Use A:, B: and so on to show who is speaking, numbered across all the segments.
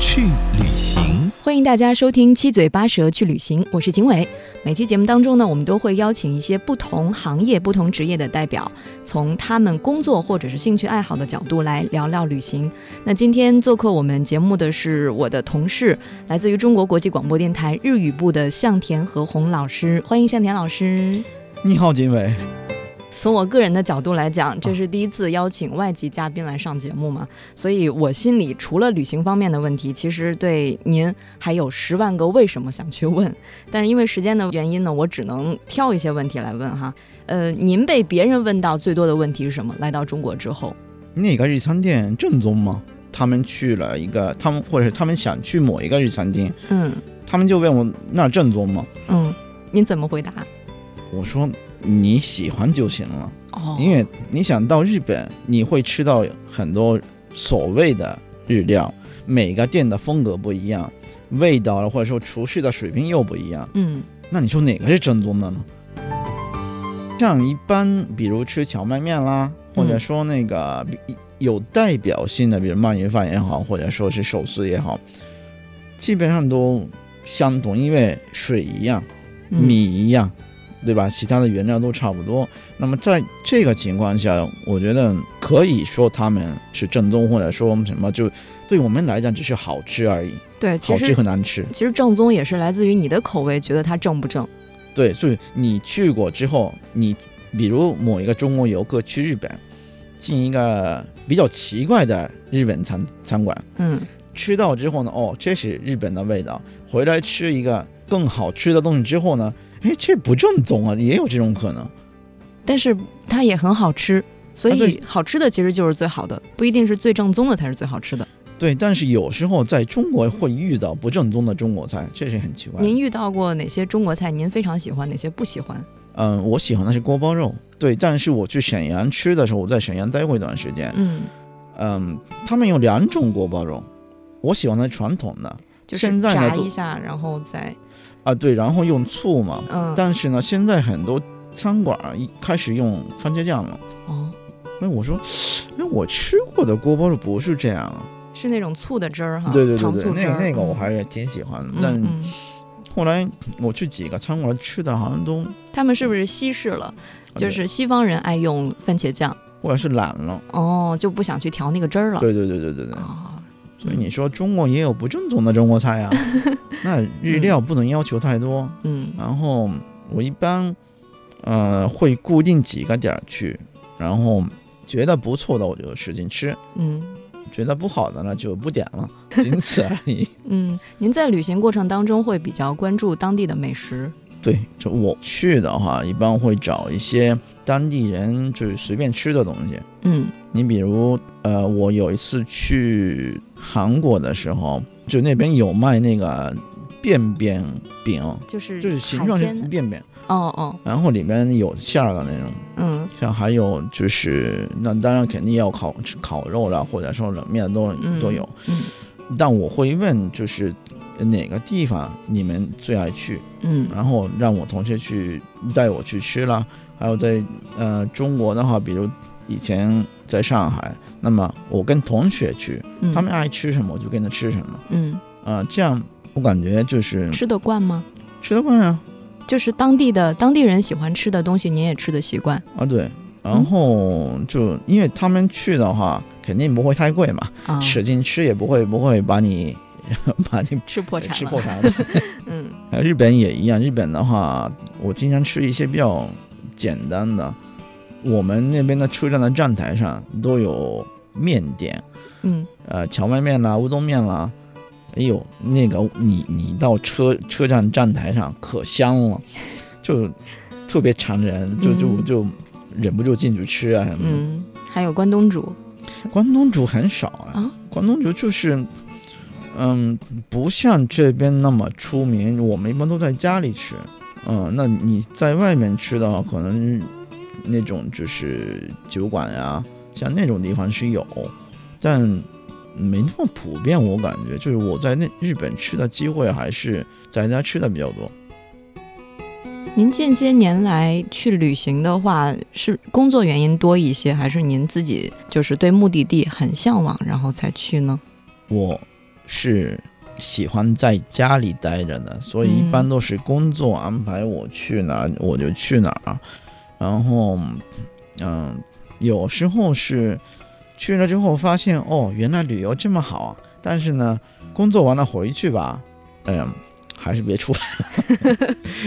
A: 去旅行。
B: 欢迎大家收听《七嘴八舌去旅行》，我是景伟。每期节目当中呢，我们都会邀请一些不同行业、不同职业的代表，从他们工作或者是兴趣爱好的角度来聊聊旅行。那今天做客我们节目的是我的同事，来自于中国国际广播电台日语部的向田和宏老师，欢迎向田老师。
C: 你好，金伟。
B: 从我个人的角度来讲，这是第一次邀请外籍嘉宾来上节目嘛，所以我心里除了旅行方面的问题，其实对您还有十万个为什么想去问。但是因为时间的原因呢，我只能挑一些问题来问哈。呃，您被别人问到最多的问题是什么？来到中国之后，
C: 那个日餐店正宗吗？他们去了一个，他们或者是他们想去某一个日餐店，
B: 嗯
C: 他们就问我那正宗吗？
B: 嗯，您怎么回答？
C: 我说你喜欢就行了，
B: 哦，
C: 因为你想到日本，你会吃到很多所谓的日料，每个店的风格不一样，味道或者说厨师的水平又不一样。
B: 嗯
C: 那你说哪个是正宗的呢？像一般，比如吃荞麦面啦，
B: 嗯
C: 或者说那个比有代表性的，比如鳗鱼饭也好，或者说是寿司也好，基本上都相同，因为水一样，
B: 嗯
C: 米一样，对吧？其他的原料都差不多。那么在这个情况下，我觉得可以说他们是正宗，或者说我们什么，就对我们来讲只是好吃而已，
B: 对，
C: 好
B: 其
C: 吃
B: 实
C: 和难吃。
B: 其实正宗也是来自于你的口味，觉得它正不正？
C: 对，所以你去过之后，你比如某一个中国游客去日本，进一个比较奇怪的日本餐餐馆，
B: 嗯
C: 吃到之后呢，哦，这是日本的味道。回来吃一个更好吃的东西之后呢，哎，这不正宗啊，也有这种可能。
B: 但是它也很好吃，所
C: 啊
B: 以
C: 对
B: 好吃的其实就是最好的，不一定是最正宗的才是最好吃的。
C: 对，但是有时候在中国会遇到不正宗的中国菜，这是很奇怪的。
B: 您遇到过哪些中国菜？您非常喜欢，哪些不喜欢？
C: 嗯，我喜欢的是锅包肉。对，但是我去沈阳吃的时候，我在沈阳待过一段时间。
B: 嗯，
C: 嗯，他们有两种锅包肉，我喜欢的传统的，
B: 就是
C: 现在呢
B: 炸
C: 都
B: 一下，然后再
C: 啊，对，然后用醋嘛。
B: 嗯
C: 但是呢，现在很多餐馆儿一开始用番茄酱了。
B: 哦，
C: 那我说，那我吃过的锅包肉不是这样啊。
B: 是那种醋的汁儿哈，
C: 对对对
B: 啊糖醋
C: 对，
B: 汁
C: 那
B: 儿。
C: 那个我
B: 嗯
C: 还是挺喜欢的。
B: 嗯
C: 但
B: 嗯，
C: 后来我去几个餐馆吃的，好像都
B: 他们是不是西式了？就
C: 啊对
B: 是西方人爱用番茄酱，
C: 或者是懒了。
B: 哦，就不想去调那个汁儿了。
C: 对对对对对对。
B: 哦，
C: 所以你说中国也有不正宗的中国菜 啊，那日料不能要求太多。
B: 嗯
C: 然后我一般呃会固定几个点儿去，然后觉得不错的我就使劲吃，
B: 嗯
C: 觉得不好的呢就不点 了，仅此而已。
B: 嗯，您在旅行过程当中会比较关注当地的美食，
C: 对，就我去的话，一般会找一些当地人就是随便吃的东西。
B: 嗯
C: 你比如，呃，我有一次去韩国的时候，就那边有卖那个便便饼，
B: 就是
C: 就是形状
B: 海
C: 是
B: 鲜的
C: 便便，
B: 哦哦，
C: 然后里面有馅儿的那种，
B: 嗯
C: 像还有就是，那当然肯定要烤烤肉了，或者说冷面都
B: 嗯
C: 都有。
B: 嗯
C: 但我会问，就是哪个地方你们最爱去，
B: 嗯
C: 然后让我同学去带我去吃了。还有在呃中国的话，比如以前在上海，那么我跟同学去，
B: 嗯，
C: 他们爱吃什么我就跟着吃什么。
B: 嗯
C: 啊、这样我感觉就是
B: 吃得惯吗？
C: 吃得惯啊
B: 就是当地的当地人喜欢吃的东西，您也吃的习惯。
C: 啊对。然后就因为他们去的话，肯定不会太贵嘛。
B: 啊，
C: 使劲吃也不会不会把你 把你
B: 吃破产了，
C: 吃破产 的。
B: 嗯
C: 呃日本也一样，日本的话，我经常吃一些比较简单的。我们那边的车站的站台上都有面店，
B: 嗯
C: 呃，荞麦面啦、乌冬面啦。哎呦，那个你你到车车站站台上可香了，就特别馋人，就就
B: 嗯
C: 就忍不住进去吃啊什么的。
B: 嗯，还有关东煮
C: 关东煮很少啊，
B: 啊
C: 关东煮就是，嗯，不像这边那么出名，我们一般都在家里吃。嗯，那你在外面吃的话，可能那啊种就是酒馆呀、像那种地方是有，但没那么普遍，我感觉就是我在那日本吃的机会还是在家吃的比较多。
B: 您近些年来去旅行的话，是工作原因多一些，还是您自己就是对目的地很向往，然后才去呢？
C: 我是喜欢在家里待着的，所以一般都是工作安排我去哪儿我就去哪儿，然后嗯，有时候是去了之后发现哦，原来旅游这么好啊，但是呢，工作完了回去吧，嗯。还是别出来 了。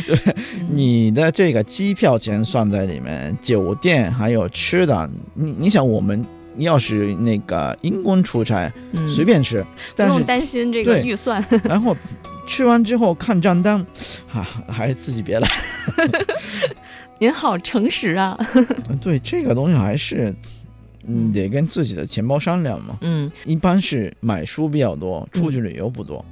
C: 对，你的这个机票钱算在里面，酒店还有吃的，你你想我们要是那个因公出差，
B: 嗯
C: 随便吃，但
B: 不
C: 是
B: 用担心这个
C: 对
B: 预算。
C: 然后吃完之后看账单，啊，还是自己别来。
B: 您好诚实啊。
C: 对，这个东西还是。嗯，
B: 嗯
C: 得跟自己的钱包商量嘛。
B: 嗯，
C: 一般是买书比较多，出去旅游不多。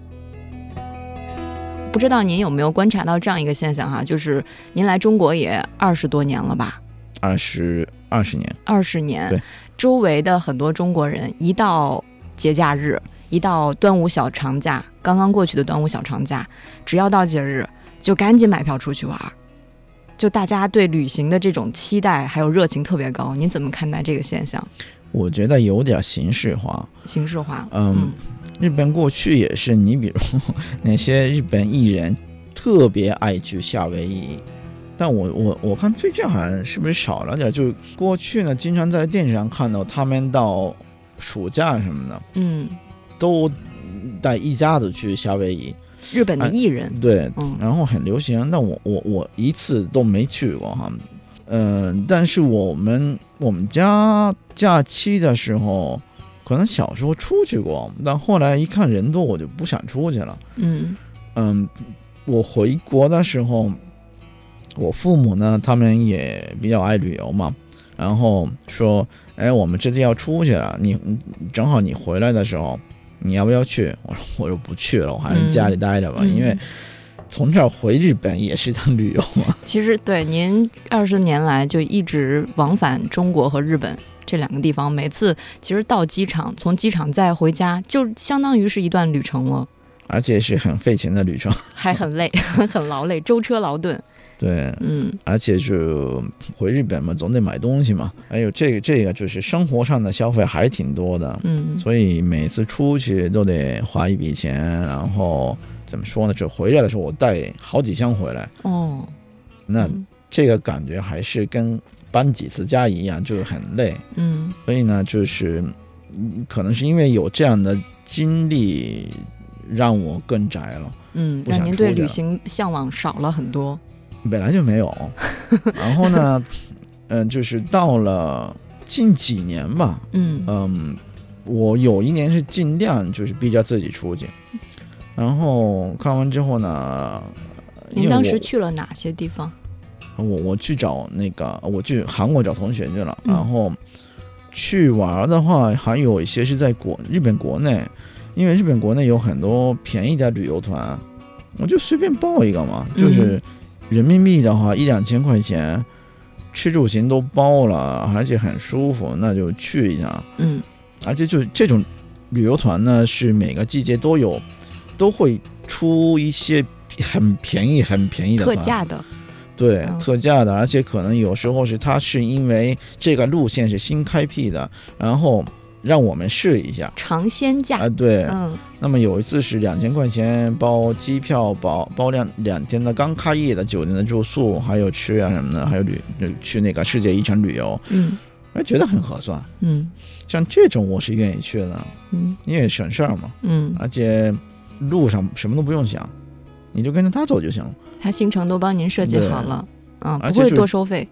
B: 不知道您有没有观察到这样一个现象哈，就是您来中国也二十多年了吧？
C: 二十二十年，
B: 二十年
C: 对，
B: 周围的很多中国人一到节假日，一到端午小长假，刚刚过去的端午小长假，只要到节日就赶紧买票出去玩儿，就大家对旅行的这种期待还有热情特别高。您怎么看待这个现象？
C: 我觉得有点形式化。
B: 形式化，
C: 嗯，日本过去也是，你比如 那些日本艺人特别爱去夏威夷，但我我我看最近好像是不是少了点儿？就过去呢，经常在电视上看到他们到暑假什么的
B: 嗯，
C: 都带一家子去夏威夷，
B: 日本的
C: 哎
B: 艺人，
C: 对，
B: 嗯
C: 然后很流行。但我我我一次都没去过哈，嗯、但是我们我们家假期的时候，可能小时候出去过，但后来一看人多，我就不想出去了。
B: 嗯
C: 嗯，我回国的时候，我父母呢，他们也比较爱旅游嘛，然后说，哎，我们这次要出去了，你你正好你回来的时候，你要不要去？我说我就不去了，我还是家里待着吧，
B: 嗯
C: 因为从这儿回日本也是一趟旅游嘛。
B: 其实对您二十年来就一直往返中国和日本这两个地方，每次其实到机场，从机场再回家，就相当于是一段旅程了，
C: 而且是很费钱的旅程，
B: 还很累， 很劳累，舟车劳顿。
C: 对，
B: 嗯
C: 而且就回日本嘛，总得买东西嘛，还有这个这个就是生活上的消费还挺多的，
B: 嗯
C: 所以每次出去都得花一笔钱，然后怎么说呢？就回来的时候我带好几箱回来，
B: 哦，
C: 那
B: 嗯
C: 这个感觉还是跟搬几次家一样，就是很累。
B: 嗯
C: 所以呢，就是嗯可能是因为有这样的经历，让我更宅了。
B: 嗯，
C: 不
B: 让
C: 想
B: 您对
C: 出去
B: 旅
C: 了
B: 行向往少了很多。
C: 本来就没有，然后呢，嗯、就是到了近几年吧，
B: 嗯
C: 嗯，我有一年是尽量就是逼着自己出去，然后看完之后呢，呃因
B: 您
C: 为
B: 当
C: 我
B: 时去了哪些地方？
C: 我我去找那个我去韩国找同学去了，
B: 嗯
C: 然后去玩儿的话，还有一些是在国日本国内，因为日本国内有很多便宜的旅游团，我就随便报一个嘛，
B: 嗯
C: 就是人民币的话一两千块钱，吃住行都包了，而且很舒服，那就去一下。
B: 嗯
C: 而且就是这种旅游团呢，是每个季节都有，都会出一些很便宜、很便宜的
B: 特
C: 团，
B: 价嗯的。
C: 对、
B: 嗯
C: 特价的，而且可能有时候是它是因为这个路线是新开辟的，然后让我们试一下。
B: 尝鲜
C: 啊、
B: 价，
C: 对，
B: 嗯
C: 那么有一次是两千块钱包机票，包包两两天的刚开业的酒店的住宿，还有吃啊什么的，还有旅去那个世界遗产旅游，
B: 嗯
C: 哎，觉得很合算。
B: 嗯
C: 像这种我是愿意去的，
B: 嗯
C: 因为省事儿嘛。
B: 嗯，
C: 而且路上什么都不用想，你就跟着他走就行了。
B: 他行程都帮您设计
C: 对
B: 好了，嗯，
C: 而
B: 不
C: 且
B: 会
C: 就
B: 多收费。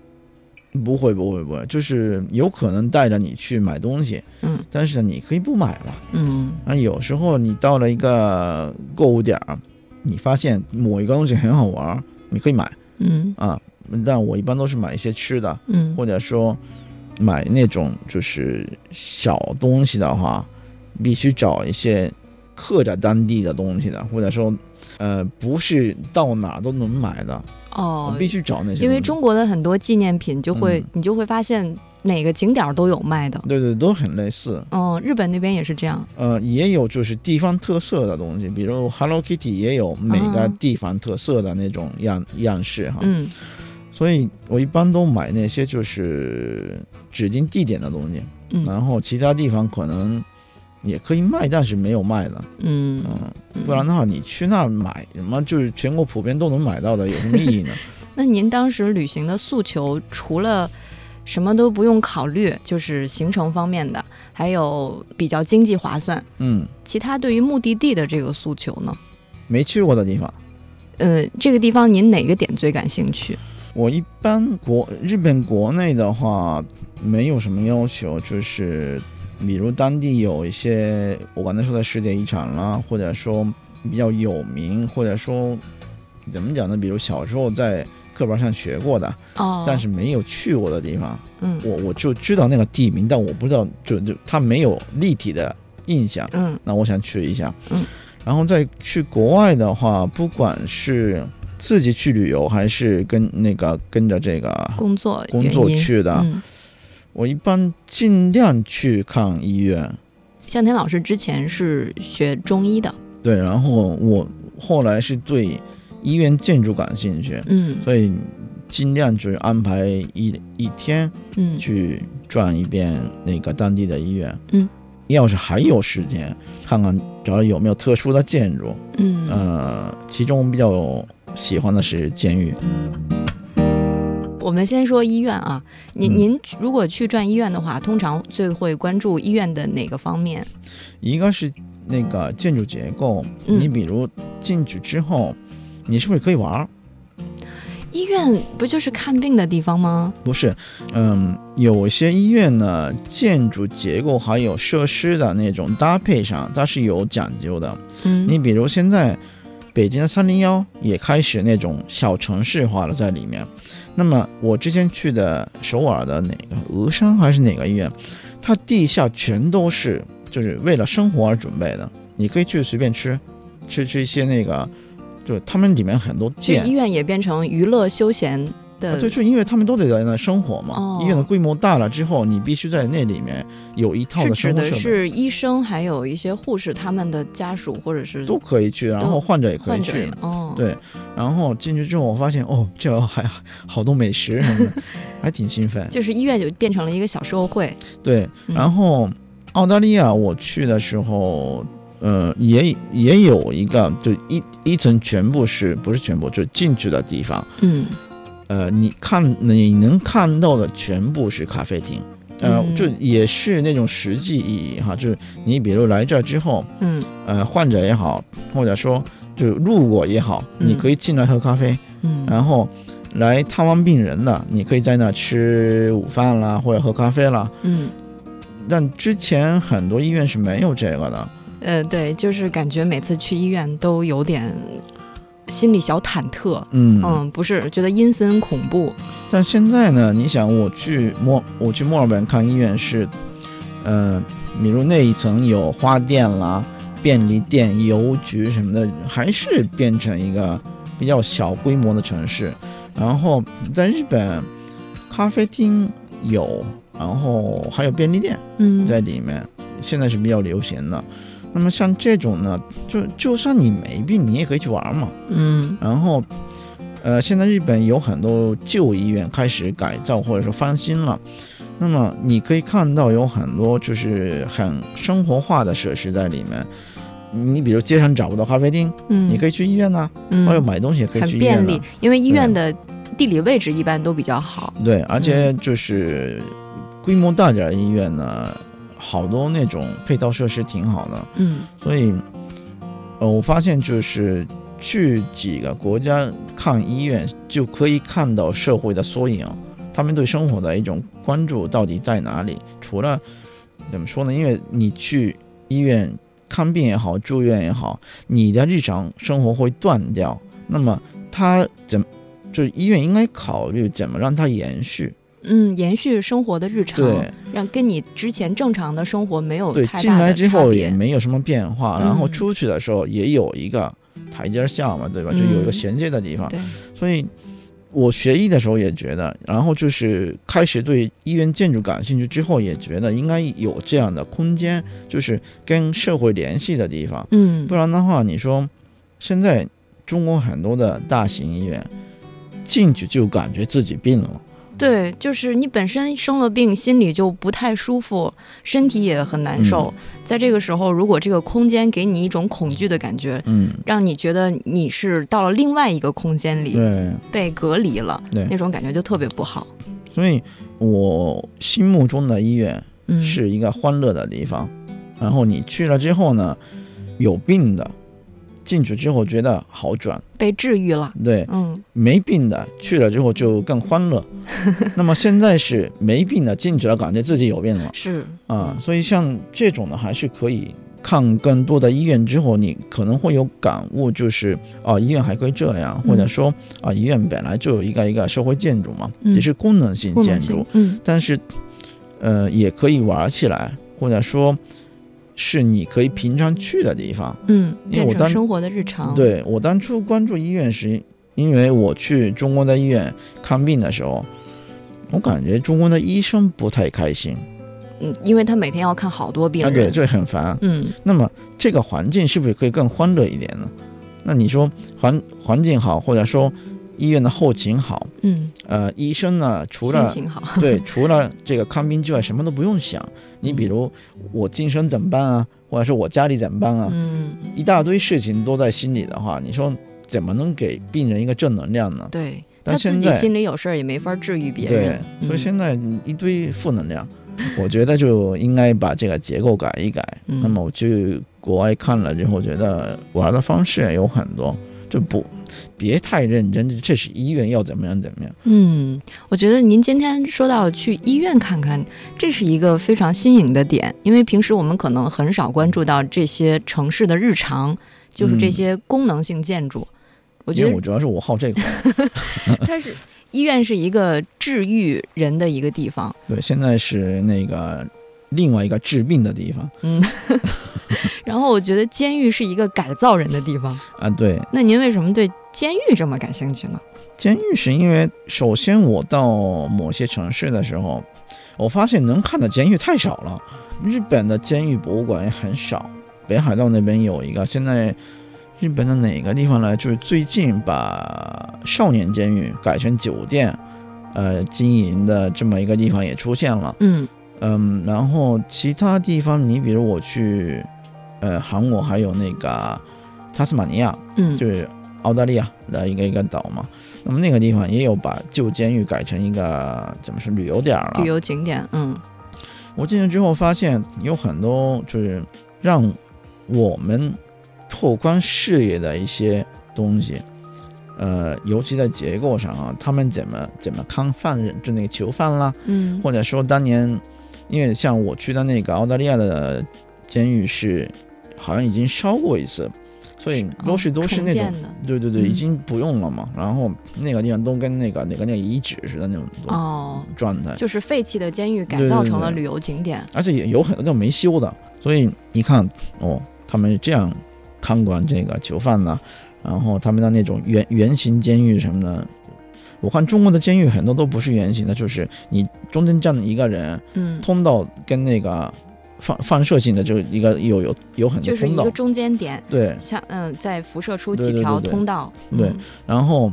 C: 不会，不会，不会，就是有可能带着你去买东西，
B: 嗯，
C: 但是呢，你可以不买嘛。
B: 嗯
C: 啊，有时候你到了一个购物点儿，你发现某一个东西很好玩儿，你可以买
B: 嗯
C: 啊。但我一般都是买一些吃的，
B: 嗯
C: 或者说买那种就是小东西的话，必须找一些刻着当地的东西的，或者说，呃，不是到哪都能买的，
B: 哦
C: 我，必须找那些东西。
B: 因为中国的很多纪念品就会，
C: 嗯
B: 你就会发现哪个景点儿都有卖的。
C: 对对，都很类似。
B: 嗯，日本那边也是这样。
C: 呃，也有就是地方特色的东西，比如 Hello Kitty 也有每个
B: 嗯
C: 地方特色的那种样样式哈。
B: 嗯
C: 所以我一般都买那些就是指定地点的东西，
B: 嗯
C: 然后其他地方可能也可以卖，但是没有卖的，
B: 嗯，
C: 嗯，
B: 嗯
C: 不然的话你去那儿买什么，就是全国普遍都能买到的，有什么意义呢？
B: 那您当时旅行的诉求，除了什么都不用考虑，就是行程方面的，还有比较经济划算，
C: 嗯，
B: 其他对于目的地的这个诉求呢？
C: 没去过的地方，
B: 呃，这个地方您哪个点最感兴趣？
C: 我一般国日本国内的话没有什么要求，就是比如当地有一些我刚才说的世界遗产啦，或者说比较有名，或者说怎么讲呢？比如小时候在课本上学过的，
B: 哦
C: 但是没有去过的地方，
B: 嗯
C: 我我就知道那个地名，但我不知道就就它没有立体的印象。
B: 嗯
C: 那我想去一下。
B: 嗯，
C: 然后再去国外的话，不管是自己去旅游，还是跟那个跟着这个
B: 工作
C: 工
B: 原
C: 作
B: 因
C: 去的，
B: 嗯，
C: 我一般尽量去看医院。
B: 向天老师之前是学中医的，
C: 对，然后我后来是对医院建筑感兴趣，
B: 嗯
C: 所以尽量就是安排一一天
B: 嗯
C: 去转一遍那个当地的医院。
B: 嗯。
C: 要是还有时间，看看找找有没有特殊的建筑，
B: 嗯，
C: 呃，其中比较喜欢的是监狱。
B: 我们先说医院啊，您
C: 嗯
B: 您如果去转医院的话，通常最会关注医院的哪个方面？
C: 一个是那个建筑结构，
B: 嗯
C: 你比如进去之后，你是不是可以玩儿？
B: 医院不就是看病的地方吗？
C: 不是，嗯，有些医院呢，建筑结构还有设施的那种搭配上，它是有讲究的。
B: 嗯，
C: 你比如现在北京的三零幺也开始那种小城市化了在里面。那么我之前去的首尔的哪个峨山还是哪个医院，它地下全都是就是为了生活而准备的，你可以去随便吃，吃吃一些那个，就是他们里面很多
B: 所以
C: 店，
B: 医院也变成娱乐休闲的，
C: 啊对，就因为他们都得在那生活嘛。
B: 哦
C: 医院的规模大了之后，你必须在那里面有一套
B: 是
C: 的
B: 指
C: 生活
B: 的
C: 设备。
B: 是医生还有一些护士他们的家属或者是
C: 都可以去，然后患者也可以
B: 患者
C: 去
B: 也，哦，
C: 对然后进去之后，我发现哦，这儿还好多美食什 么的，还挺兴奋。
B: 就是医院就变成了一个小社会。
C: 对，
B: 嗯
C: 然后澳大利亚我去的时候，呃，也也有一个，就一一层全部是不是全部就进去的地方，
B: 嗯
C: 呃，你看你能看到的全部是咖啡厅。呃，
B: 嗯
C: 就也是那种实际意义哈，就是你比如来这儿之后，
B: 嗯
C: 呃，患者也好，或者说就路过也好，你
B: 嗯
C: 可以进来喝咖啡，
B: 嗯，
C: 然后来探望病人的，你可以在那吃午饭啦，或者喝咖啡啦。
B: 嗯
C: 但之前很多医院是没有这个的，
B: 呃，对，就是感觉每次去医院都有点心里小忐忑。
C: 嗯
B: 嗯，不是，觉得阴森恐怖。
C: 但现在呢，你想我去墨，我去墨尔本看医院是，呃，比如那一层有花店啦、便利店、邮局什么的，还是变成一个比较小规模的城市。然后在日本，咖啡厅有，然后还有便利店。
B: 嗯，
C: 在里面，现在是比较流行的。那么像这种呢，就就算你没病，你也可以去玩嘛。
B: 嗯
C: 然后，呃，现在日本有很多旧医院开始改造或者说翻新了，那么你可以看到有很多就是很生活化的设施在里面。你比如街上找不到咖啡厅，
B: 嗯，
C: 你可以去医院呐、
B: 嗯
C: 或者买东西也可以
B: 很
C: 去医院
B: 便
C: 呐、
B: 利，因为医院的地理位置一般都比较好。
C: 对，而且就是规模大点儿的医院呢，好多那种配套设施挺好的。
B: 嗯
C: 所以，呃，我发现就是去几个国家看医院，就可以看到社会的缩影，他们对生活的一种关注到底在哪里？除了怎么说呢？因为你去医院看病也好，住院也好，你的日常生活会断掉，那么他怎么？就是医院应该考虑怎么让它延续，
B: 嗯，延续生活的日常，
C: 对
B: 让跟你之前正常的生活没有
C: 对，
B: 太
C: 进
B: 大的
C: 来之
B: 差
C: 后
B: 别
C: 也没有什么变化，然后
B: 嗯
C: 出去的时候也有一个台阶下嘛，对吧？就有一个
B: 嗯
C: 衔接的地方，
B: 对，
C: 所以我学医的时候也觉得，然后就是开始对医院建筑感兴趣之后，也觉得应该有这样的空间，就是跟社会联系的地方。
B: 嗯
C: 不然的话，你说现在中国很多的大型医院进去就感觉自己病了，
B: 对，就是你本身生了病，心里就不太舒服，身体也很难受。
C: 嗯
B: 在这个时候，如果这个空间给你一种恐惧的感觉，
C: 嗯，
B: 让你觉得你是到了另外一个空间里
C: 对。
B: 被隔离了，
C: 对
B: 那种感觉就特别不好。
C: 所以我心目中的医院
B: 嗯，
C: 是一个欢乐的地方。然后你去了之后呢，有病的进去之后觉得好转，
B: 被治愈了。
C: 对，
B: 嗯，
C: 没病的去了之后就更欢 乐。那么现在是没病的进去了，感觉自己有病了
B: 是，
C: 啊。所以像这种呢，还是可以。看更多的医院之后，你可能会有感悟，就是啊，医院还可以这样，或者说啊，医院本来就有一个一个社会建筑嘛，
B: 嗯
C: 只是功能性
B: 功
C: 建
B: 能
C: 筑
B: 性，，嗯
C: 但是，呃，也可以玩起来，或者说，是你可以平常去的地方。
B: 嗯，
C: 因为
B: 变
C: 我
B: 成
C: 当
B: 生活的日常。，
C: 对我当初关注医院时，因为我去中国的医院看病的时候，我感觉中国的医生不太开心，
B: 嗯，因为他每天要看好多病
C: 啊，对，
B: 人。
C: 这很烦。
B: 嗯，
C: 那么这个环境是不是可以更欢乐一点呢？那你说环环境好，或者说医院的后勤好，
B: 嗯，
C: 呃，医生呢，除
B: 心
C: 了
B: 情好，
C: 对，除了这个看病之外，什么都不用想。你
B: 嗯
C: 比如我今生怎么办啊，或者是我家里怎么办啊，
B: 嗯，
C: 一大堆事情都在心里的话，你说怎么能给病人一个正能量呢？
B: 对，
C: 但
B: 他
C: 现
B: 自己
C: 在
B: 心里有事儿也没法治愈别
C: 对
B: 人，，
C: 所以
B: 嗯
C: 现在一堆负能量，我觉得就应该把这个结构改一改。
B: 嗯
C: 那么我去国外看了之后，觉得玩的方式也有很多，就不别太认真，这是医院要怎么样怎么样。
B: 嗯，我觉得您今天说到去医院看看，这是一个非常新颖的点，因为平时我们可能很少关注到这些城市的日常，就是这
C: 嗯
B: 些功能性建筑。我
C: 因
B: 觉
C: 为我
B: 得
C: 主要是我好这块。
B: 它是医院是一个治愈人的一个地方，
C: 对，现在是那个另外一个治病的地方
B: 嗯， 然后我觉得监狱是一个改造人的地方。
C: 啊。对，
B: 那您为什么对监狱这么感兴趣呢？
C: 监狱是因为首先我到某些城市的时候，我发现能看的监狱太少了。日本的监狱博物馆也很少，北海道那边有一个，现在日本的哪个地方呢？就是最近把少年监狱改成酒店，呃，经营的这么一个地方也出现了。
B: 嗯
C: 嗯，然后其他地方，你比如我去，呃，韩国还有那个塔斯马尼亚，
B: 嗯，
C: 就是澳大利亚的一个一个岛嘛。那么那个地方也有把旧监狱改成一个怎么是旅游点儿
B: 旅
C: 了。
B: 游景点，嗯
C: 我进去之后发现有很多就是让我们拓宽视野的一些东西，呃，尤其在结构上啊，他们怎么怎么看犯人，就那个囚犯啦，
B: 嗯
C: 或者说当年，因为像我去的那个澳大利亚的监狱是好像已经烧过一次，所以都是都是
B: 重
C: 那种
B: 建的
C: 对对对，
B: 嗯
C: 已经不用了嘛。然后那个地方都跟那个哪个那个遗址似的那种
B: 哦，
C: 状态，
B: 就是废弃的监狱改
C: 对
B: 造
C: 对
B: 成了
C: 对
B: 旅游景点。
C: 而且也有很多就没修的。所以一看哦，他们这样看管这个囚犯呢，然后他们的那种圆圆形监狱什么的。我看中国的监狱很多都不是圆形的，就是你中间站一个人，
B: 嗯，
C: 通道跟那个放放射性的就是一个有有有很多
B: 就是一
C: 通道
B: 个，中间点，
C: 对，
B: 像嗯，再辐射出
C: 对
B: 几
C: 对
B: 条
C: 对对
B: 通道。
C: 对
B: 嗯
C: 然后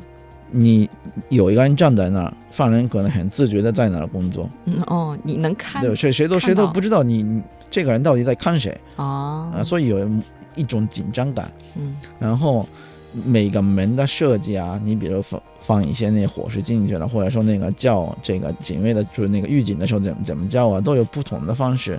C: 你有一个人站在那儿，犯人可能很自觉的在那儿工作，
B: 嗯哦，你能看
C: 对，谁谁都
B: 看
C: 谁都
B: 到
C: 不知道你你这个人到底在看谁
B: 哦
C: 啊、，所以有一种紧张感。
B: 嗯
C: 然后每个门的设计啊，你比如放放一些那火石进去了，或者说那个叫这个警卫的，就是那个预警的时候怎么怎么叫啊，都有不同的方式。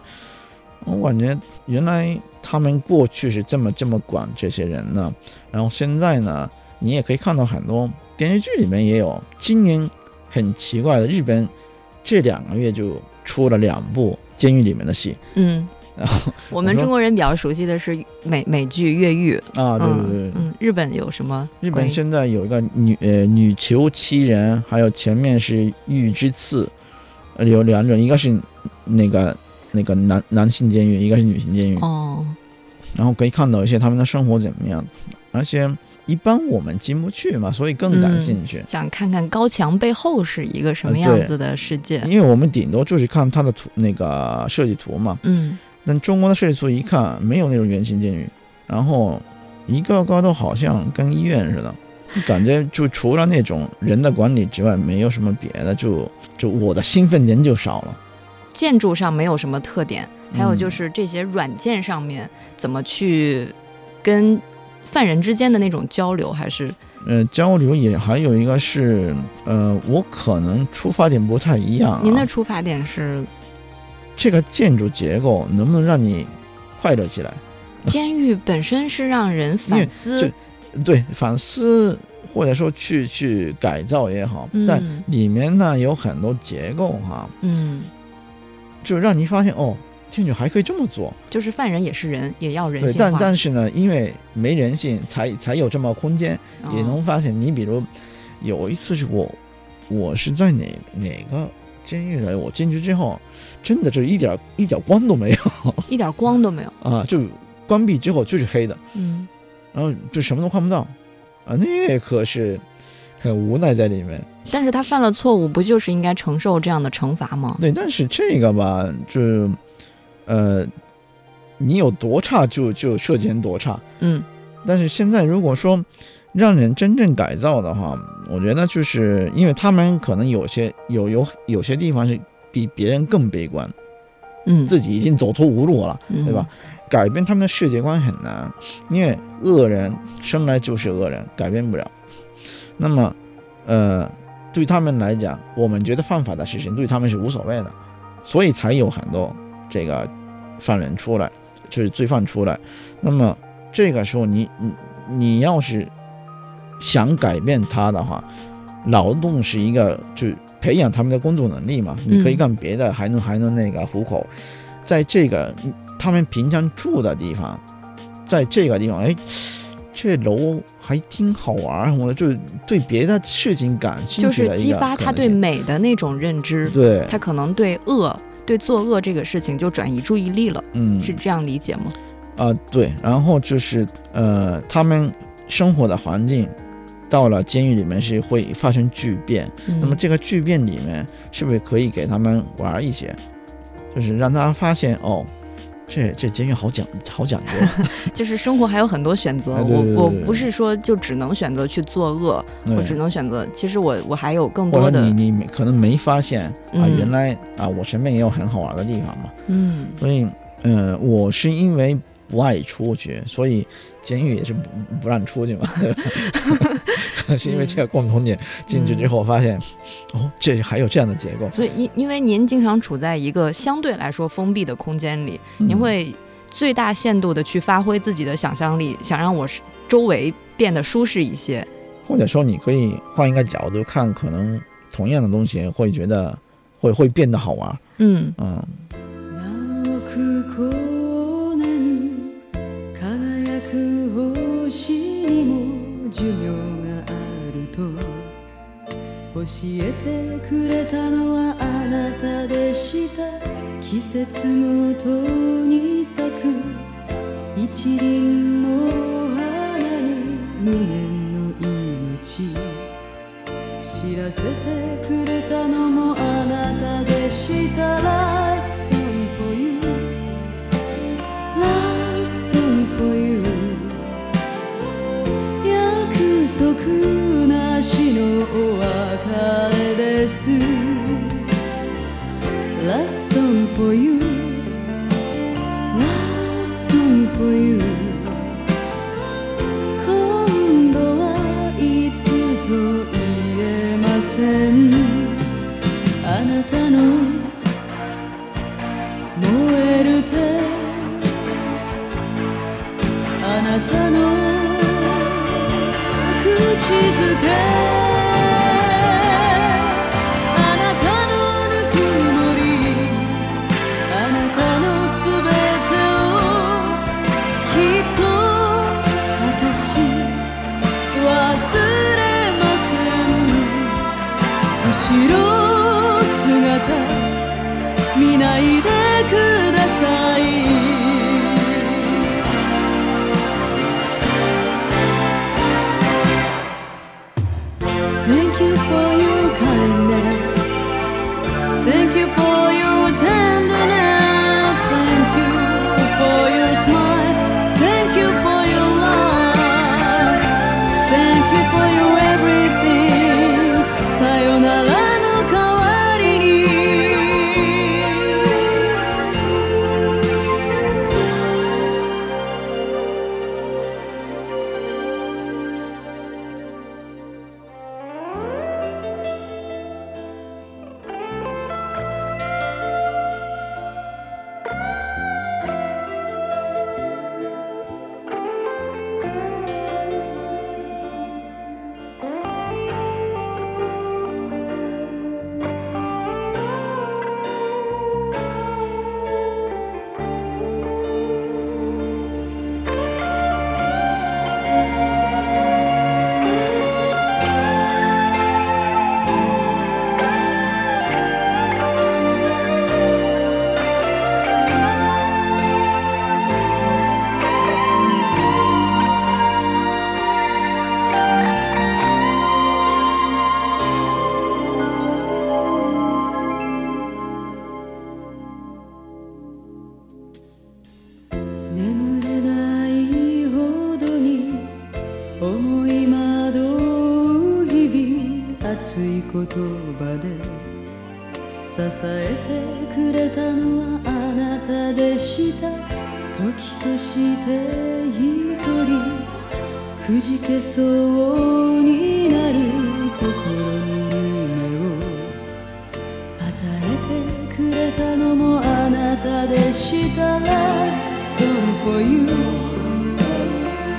C: 我感觉原来他们过去是这么这么管这些人呢，然后现在呢，你也可以看到很多电视剧里面也有。今年很奇怪的，日本这两个月就出了两部监狱里面的戏
B: 嗯，
C: 然后
B: 我们
C: 说
B: 中国人比较熟悉的是美美剧《越狱》
C: 啊，对对对对
B: 嗯，嗯，日本有什么关于？
C: 日本现在有一个女呃女囚七人，还有前面是玉之刺，呃有两种，一个是那个那个男男性监狱，一个是女性监狱。
B: 哦，
C: 然后可以看到一些他们的生活怎么样，而且一般我们进不去嘛，所以更感兴趣。
B: 想看看高墙背后是一个什么
C: 呃
B: 样
C: 对
B: 子的世界。
C: 因为我们顶多就是看它的图那个设计图嘛，
B: 嗯
C: 但中国的设计图一看没有那种圆形监狱，然后一个个都好像跟医院似的，感觉就除了那种人的管理之外，没有什么别的，就就我的兴奋点就少了。
B: 建筑上没有什么特点，还有就
C: 嗯
B: 是这些软件上面怎么去跟犯人之间的那种交流，还是
C: 呃，交流也还有一个是，呃，我可能出发点不太一样、啊。
B: 您的出发点是
C: 这个建筑结构能不能让你快乐起来？
B: 监狱本身是让人反思
C: 这，对，反思或者说去去改造也好，但
B: 嗯
C: 里面呢有很多结构哈、
B: 嗯，
C: 就让你发现哦，建筑还可以这么做。
B: 就是犯人也是人，也要人
C: 对，
B: 性化，
C: 但但是呢，因为没人性，才才有这么空间，
B: 哦
C: 也能发现。你比如有一次是我，我是在哪哪个监狱来，我进去之后，真的就一点一点光都没有
B: 一点光都没有，
C: 啊，就关闭之后就是黑的，
B: 嗯，
C: 然后就什么都看不到啊，那可是很无奈在里面。
B: 但是他犯了错误，不就是应该承受这样的惩罚吗？
C: 对，但是这个吧，就是呃，你有多差就就涉及人多差。
B: 嗯，
C: 但是现在如果说让人真正改造的话，我觉得就是因为他们可能有些有有有些地方是比别人更悲观，
B: 嗯，
C: 自己已经走投无路了，
B: 嗯
C: 对吧？？改变他们的世界观很难，因为恶人生来就是恶人，改变不了。那么，呃，对他们来讲，我们觉得犯法的事情对他们是无所谓的，所以才有很多这个犯人出来，就是罪犯出来。那么这个时候你，你你要是想改变他的话，劳动是一个就是培养他们的工作能力嘛，你可以
B: 嗯
C: 干别的，还能还能那个糊口。在这个他们平常住的地方，在这个地方，哎，这楼还挺好玩儿，我就是对别的事情感兴
B: 就
C: 趣
B: 是
C: 的一
B: 激
C: 个
B: 发
C: 可
B: 他
C: 能
B: 对
C: 性
B: 美的那种认知，
C: 对，
B: 他可能对恶、对作恶这个事情就转移注意力了，
C: 嗯
B: 是这样理解吗？
C: 啊、对，然后就是呃，他们生活的环境到了监狱里面是会发生巨变，
B: 嗯
C: 那么这个巨变里面是不是可以给他们玩儿一些，就是让大家发现哦，这这监狱好讲好讲究啊，
B: 就是生活还有很多选择，
C: 哎对对对
B: 我我
C: 对对
B: 不是说就只能选择去作恶，我
C: 对
B: 只能选择，其实我我还有更
C: 或
B: 多
C: 者
B: 的，
C: 你你没可能没发现啊，
B: 嗯
C: 原来啊我身边也有很好玩的地方嘛。
B: 嗯
C: 所以，呃，我是因为不爱出去，所以监狱也是不不让出去嘛。对吧可能是因为这个共同点，进去之后发现，哦，这还有这样的结构。
B: 所以因因为您经常处在一个相对来说封闭的空间里，
C: 嗯
B: 您会最大限度的去发挥自己的想象力，想让我是周围变得舒适一些，
C: 嗯或者说你可以换一个角度看，可能同样的东西会觉得会会变得好玩。
B: 嗯。
C: 嗯，
D: 何億光年輝く星にも寿命があると教えてくれたのはあなたでした季節ごとに咲く一輪の花に無限の命知らせてくれたのもあなたでした「Lights on for you」「Lights on for you」「約束なしのお別れです」「Lights on for you」「Lights on for you」今度はいつと言えませんあなたの燃える手あなたの口づけあなたのぬくもりあなたのすべてをきっと私忘れません後ろ姿見ないでください「言葉で支えてくれたのはあなたでした時として一人くじけそうになる心に夢を与えてくれたのもあなたでした Last song for you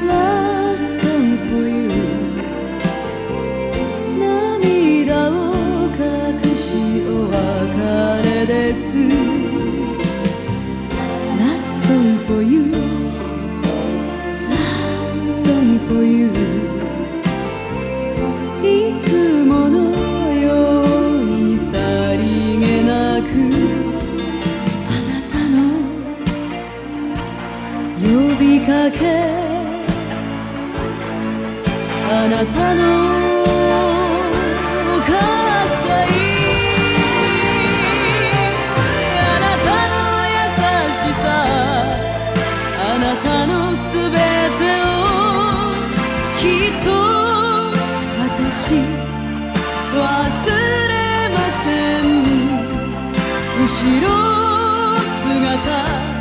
D: Last song for you 涙を隠しお別れです Last song for you Last song for you いつものようにさりげなくあなたの呼びかけあなたの喝采あなたの優しさあなたのすべてをきっと私忘れません後ろ姿